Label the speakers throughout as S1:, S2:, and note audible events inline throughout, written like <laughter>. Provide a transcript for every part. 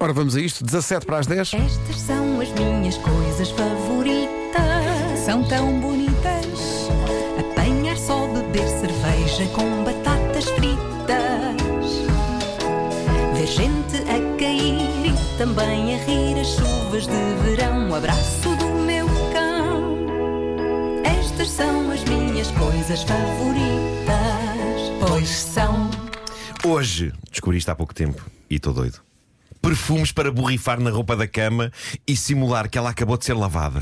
S1: Ora, vamos a isto. 17 para as 10.
S2: Estas são as minhas coisas favoritas. São tão bonitas. Apanhar só, beber cerveja com batatas fritas. Ver gente a cair e também a rir as chuvas de verão. O abraço do meu cão. Estas são as minhas coisas favoritas. Pois são.
S3: Hoje descobri isto há pouco tempo e estou doido. Perfumes para borrifar na roupa da cama e simular que ela acabou de ser lavada.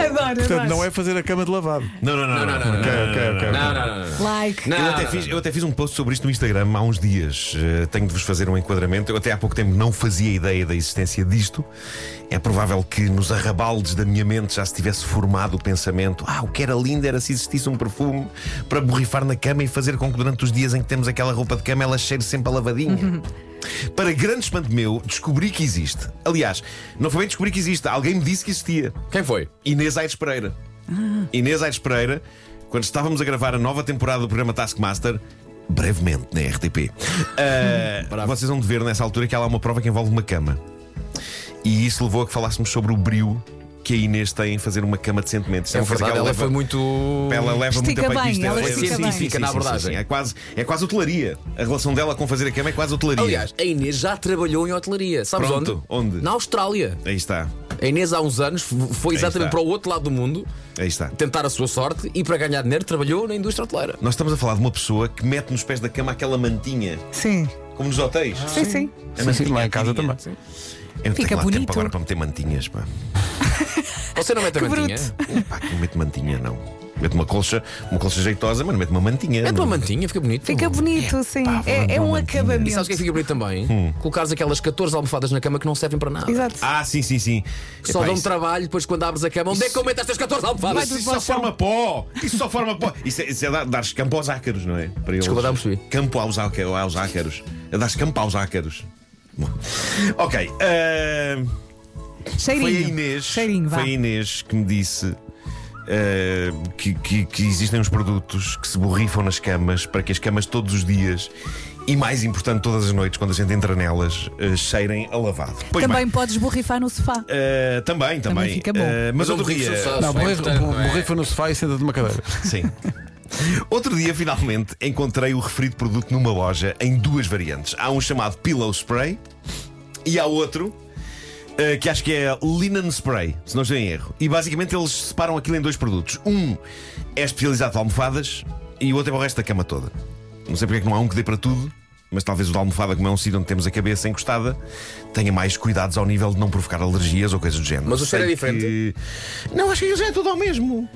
S4: Adoro,
S1: Portanto,
S4: adoro.
S1: não é fazer a cama de lavado.
S3: Não, não, não.
S5: Não, não, não,
S1: Ok,
S3: não,
S1: ok, ok.
S5: Não, não, não, não.
S4: Like.
S5: Não,
S3: Eu até,
S5: não,
S3: fiz,
S5: não.
S3: eu até fiz um post sobre isto no Instagram há uns dias. Eh, tenho de vos fazer um enquadramento. Eu até há pouco tempo não fazia ideia da existência disto. É provável que nos arrabaldes da minha mente já se tivesse formado o pensamento: ah, o que era lindo era se existisse um perfume para borrifar na cama e fazer com que durante os dias em que temos aquela roupa de cama ela cheire sempre a lavadinha. Para grande espanto meu, descobri que existe. Aliás, não foi bem descobrir que existe, alguém me disse que existia.
S5: Quem foi?
S3: Inês Aires Pereira. Inês Aires Pereira, quando estávamos a gravar a nova temporada do programa Taskmaster, brevemente na RTP, ah, vocês vão de ver nessa altura que há lá uma prova que envolve uma cama. E isso levou a que falássemos sobre o brio que a Inês tem em fazer uma cama decentemente. Isto
S5: É
S3: uma coisa
S5: verdade,
S3: que
S5: ela foi muito.
S3: ela leva muito
S4: Estica
S3: a peito
S4: bem,
S3: isto.
S4: ela
S3: é
S4: estica bem.
S5: Científica na abordagem.
S3: É quase, é quase hotelaria. A relação dela com fazer a cama é quase hotelaria.
S5: Aliás, a Inês já trabalhou em hotelaria. Sabes
S3: Pronto,
S5: onde?
S3: onde?
S5: Na Austrália.
S3: Aí está.
S5: A Inês, há uns anos, f- foi
S3: Aí
S5: exatamente
S3: está.
S5: para o outro lado do mundo
S3: Aí está.
S5: tentar a sua sorte e, para ganhar dinheiro, trabalhou na indústria hoteleira.
S3: Nós estamos a falar de uma pessoa que mete nos pés da cama aquela mantinha,
S4: Sim. Ah.
S3: como nos hotéis.
S4: Sim, sim.
S3: A
S1: Sim, sim,
S3: mantinha,
S1: lá em
S3: a
S1: casa
S3: tirinha.
S1: também.
S3: Eu
S4: Fica
S3: tenho lá
S4: bonito.
S3: tempo agora para meter mantinhas, pá.
S5: Você não mete a
S4: Que
S5: mantinha?
S3: Pá, que não meto mantinha, não. Meto uma colcha, uma colcha jeitosa, mas não meto uma mantinha.
S4: É
S5: Mete É uma
S3: Não-
S5: mantinha, fica bonito.
S4: Fica é bonito, sim. É, é um
S5: E sabes o
S4: acabamento.
S5: que é que fica bonito também?
S3: Hum.
S5: Colocares aquelas 14 almofadas na cama que não servem para nada.
S4: Exato.
S3: Ah, sim, sim, sim.
S5: Que Só
S3: Epá,
S5: dão
S3: isso-
S5: trabalho depois quando abres a cama. Onde é que eu meto estas 14
S3: Mas
S5: almofadas?
S3: isso só forma pó! Isso só forma pó! Isso é, isso é dar, dares campo aos ácaros, não é? Para eles.
S5: Desculpa, não percebi.
S3: Campo aos, áca- aos ácaros. É dares campo aos ácaros. Bom. Ok. ah, Foi a
S4: Cheirinho.
S3: Inês,
S4: Cheirinho, vá.
S3: foi a Inês que me disse eh, que, que- que existem uns produtos que se borrifam nas camas para que as camas todos os dias e mais importante todas as noites quando a gente entra nelas eh, cheirem a lavado. Pois
S4: Também
S3: bem,
S4: podes borrifar no sofá.
S3: eh, também, também.
S4: Também fica bom.
S3: Eh, mas
S5: Mas
S3: outro
S5: um
S3: dia,
S5: borrifo só-
S1: Não,
S5: Foi
S1: borrifa
S5: importante, não é?
S1: borrifa no sofá e senta-te numa cadeira.
S3: sim. <laughs> Outro dia, finalmente, encontrei o referido produto numa loja em duas variantes. Há um chamado Pillow Spray e há outro Uh, que acho que é Linen Spray, se não estou em erro. E basicamente eles separam aquilo em dois produtos. Um é especializado para almofadas e o outro é para o resto da cama toda. Não sei porque é que não há um que dê para tudo, mas talvez o da almofada, como é um sítio onde temos a cabeça encostada, tenha mais cuidados ao nível de não provocar alergias ou coisas do género.
S5: Mas o cheiro
S3: Sei
S5: é diferente?
S3: que- Não, acho que já é tudo ao mesmo.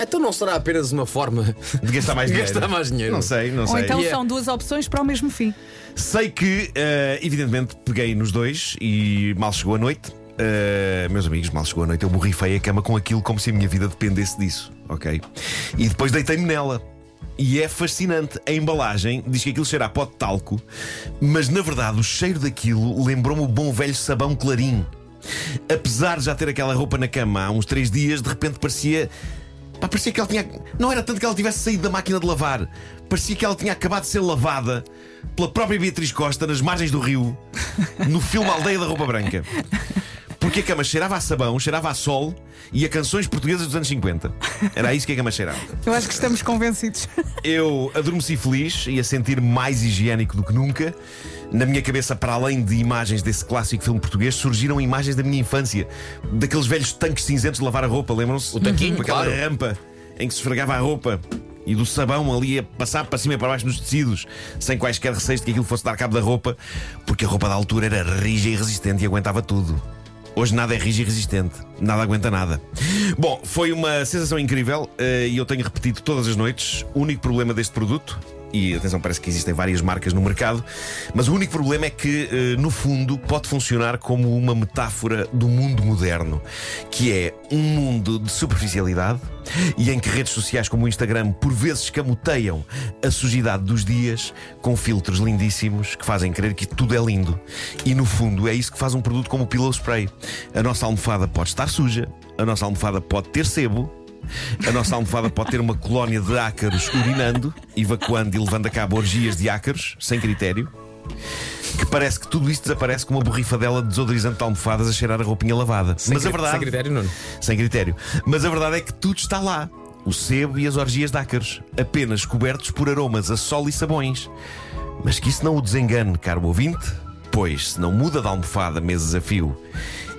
S5: Então não será apenas uma forma
S3: De gastar mais
S5: de
S3: dinheiro.
S5: gastar mais dinheiro.
S3: Não sei, não
S4: Ou
S3: sei.
S4: então
S5: E é-
S4: são duas opções para o mesmo fim.
S3: Sei que, eh, evidentemente, peguei nos dois e mal chegou a noite. Eh, meus amigos, mal chegou a noite, eu borrifei a cama com aquilo como se a minha vida dependesse disso, ok? E depois deitei-me nela. E é fascinante. A embalagem diz que aquilo cheira a pó de talco, mas na verdade o cheiro daquilo lembrou-me o bom velho sabão clarim. Apesar de já ter aquela roupa na cama há uns três dias, de repente parecia Pá, parecia que ela tinha. Não era tanto que ela tivesse saído da máquina de lavar. Parecia que ela tinha acabado de ser lavada pela própria Beatriz Costa nas margens do rio, no filme Aldeia da Roupa Branca. Porque a cama cheirava a sabão, cheirava a sol e a canções portuguesas dos anos 50. Era isso que a cama cheirava.
S4: Eu acho que estamos convencidos.
S3: Eu adormeci feliz e a sentir mais higiênico do que nunca. Na minha cabeça, para além de imagens desse clássico filme português, surgiram imagens da minha infância, daqueles velhos tanques cinzentos de lavar a roupa, lembram-se? Uhum.
S5: O tanquinho,
S3: Com aquela
S5: claro.
S3: rampa em que se esfregava a roupa e do sabão ali a passar para cima e para baixo nos tecidos, sem quaisquer receios de que aquilo fosse dar cabo da roupa, porque a roupa da altura era rija e resistente e aguentava tudo. Hoje nada é rígido e resistente, nada aguenta nada. Bom, foi uma sensação incrível eh, e eu tenho repetido todas as noites. O único problema deste produto, e atenção, parece que existem várias marcas no mercado, mas o único problema é que, eh, no fundo, pode funcionar como uma metáfora do mundo moderno, que é um mundo de superficialidade e em que redes sociais como o Instagram por vezes escamoteiam a sujidade dos dias com filtros lindíssimos que fazem crer que tudo é lindo. E no fundo é isso que faz um produto como o Pillow Spray. A nossa almofada pode estar suja, a nossa almofada pode ter sebo. A nossa almofada pode ter uma colónia de ácaros urinando, evacuando e levando a cabo orgias de ácaros, sem critério que parece que tudo isto desaparece com uma borrifadela de desodorizante de almofadas a cheirar a roupinha lavada. Mas a
S5: cri-
S3: verdade.
S5: Sem critério, Nuno.
S3: Sem critério. Mas a verdade é que tudo está lá. O sebo e as orgias de ácaros, apenas cobertos por aromas a sol e sabões. Mas que isso não o desengane, caro ouvinte, pois se não muda de almofada meses a fio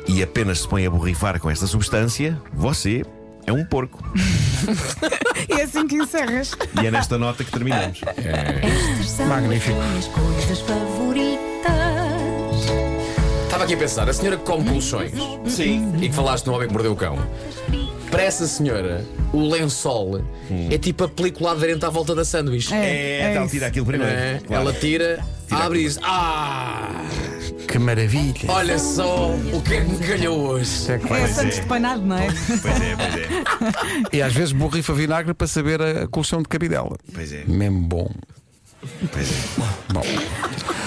S3: e apenas se põe a borrifar com esta substância, você é um porco.
S4: E <laughs> é assim que encerras.
S3: E é nesta nota que terminamos.
S2: Estas são
S1: Magnífico.
S2: as minhas coisas favoritas.
S5: Estava aqui a pensar, a senhora que come colchões
S3: Sim.
S5: e que falaste no homem que mordeu o cão. Para essa senhora, o lençol é tipo a película aderente à volta da sanduíche.
S3: É, ela
S4: isso.
S3: tira aquilo
S5: Não
S3: primeiro.
S5: é?
S3: Claro.
S5: Ela tira,
S3: Tira
S5: abre e diz: Ah!
S1: Que maravilha.
S5: Olha só o que é que me calhou hoje.
S1: Isso é que
S4: É
S1: vai.
S4: Santos de Panado, não é?
S3: Pois é, pois é.
S1: E às vezes borrifa vinagre para saber a a coleção de cabidela.
S3: Pois é.
S1: Mesmo bom.
S3: Pois é.
S1: Bom.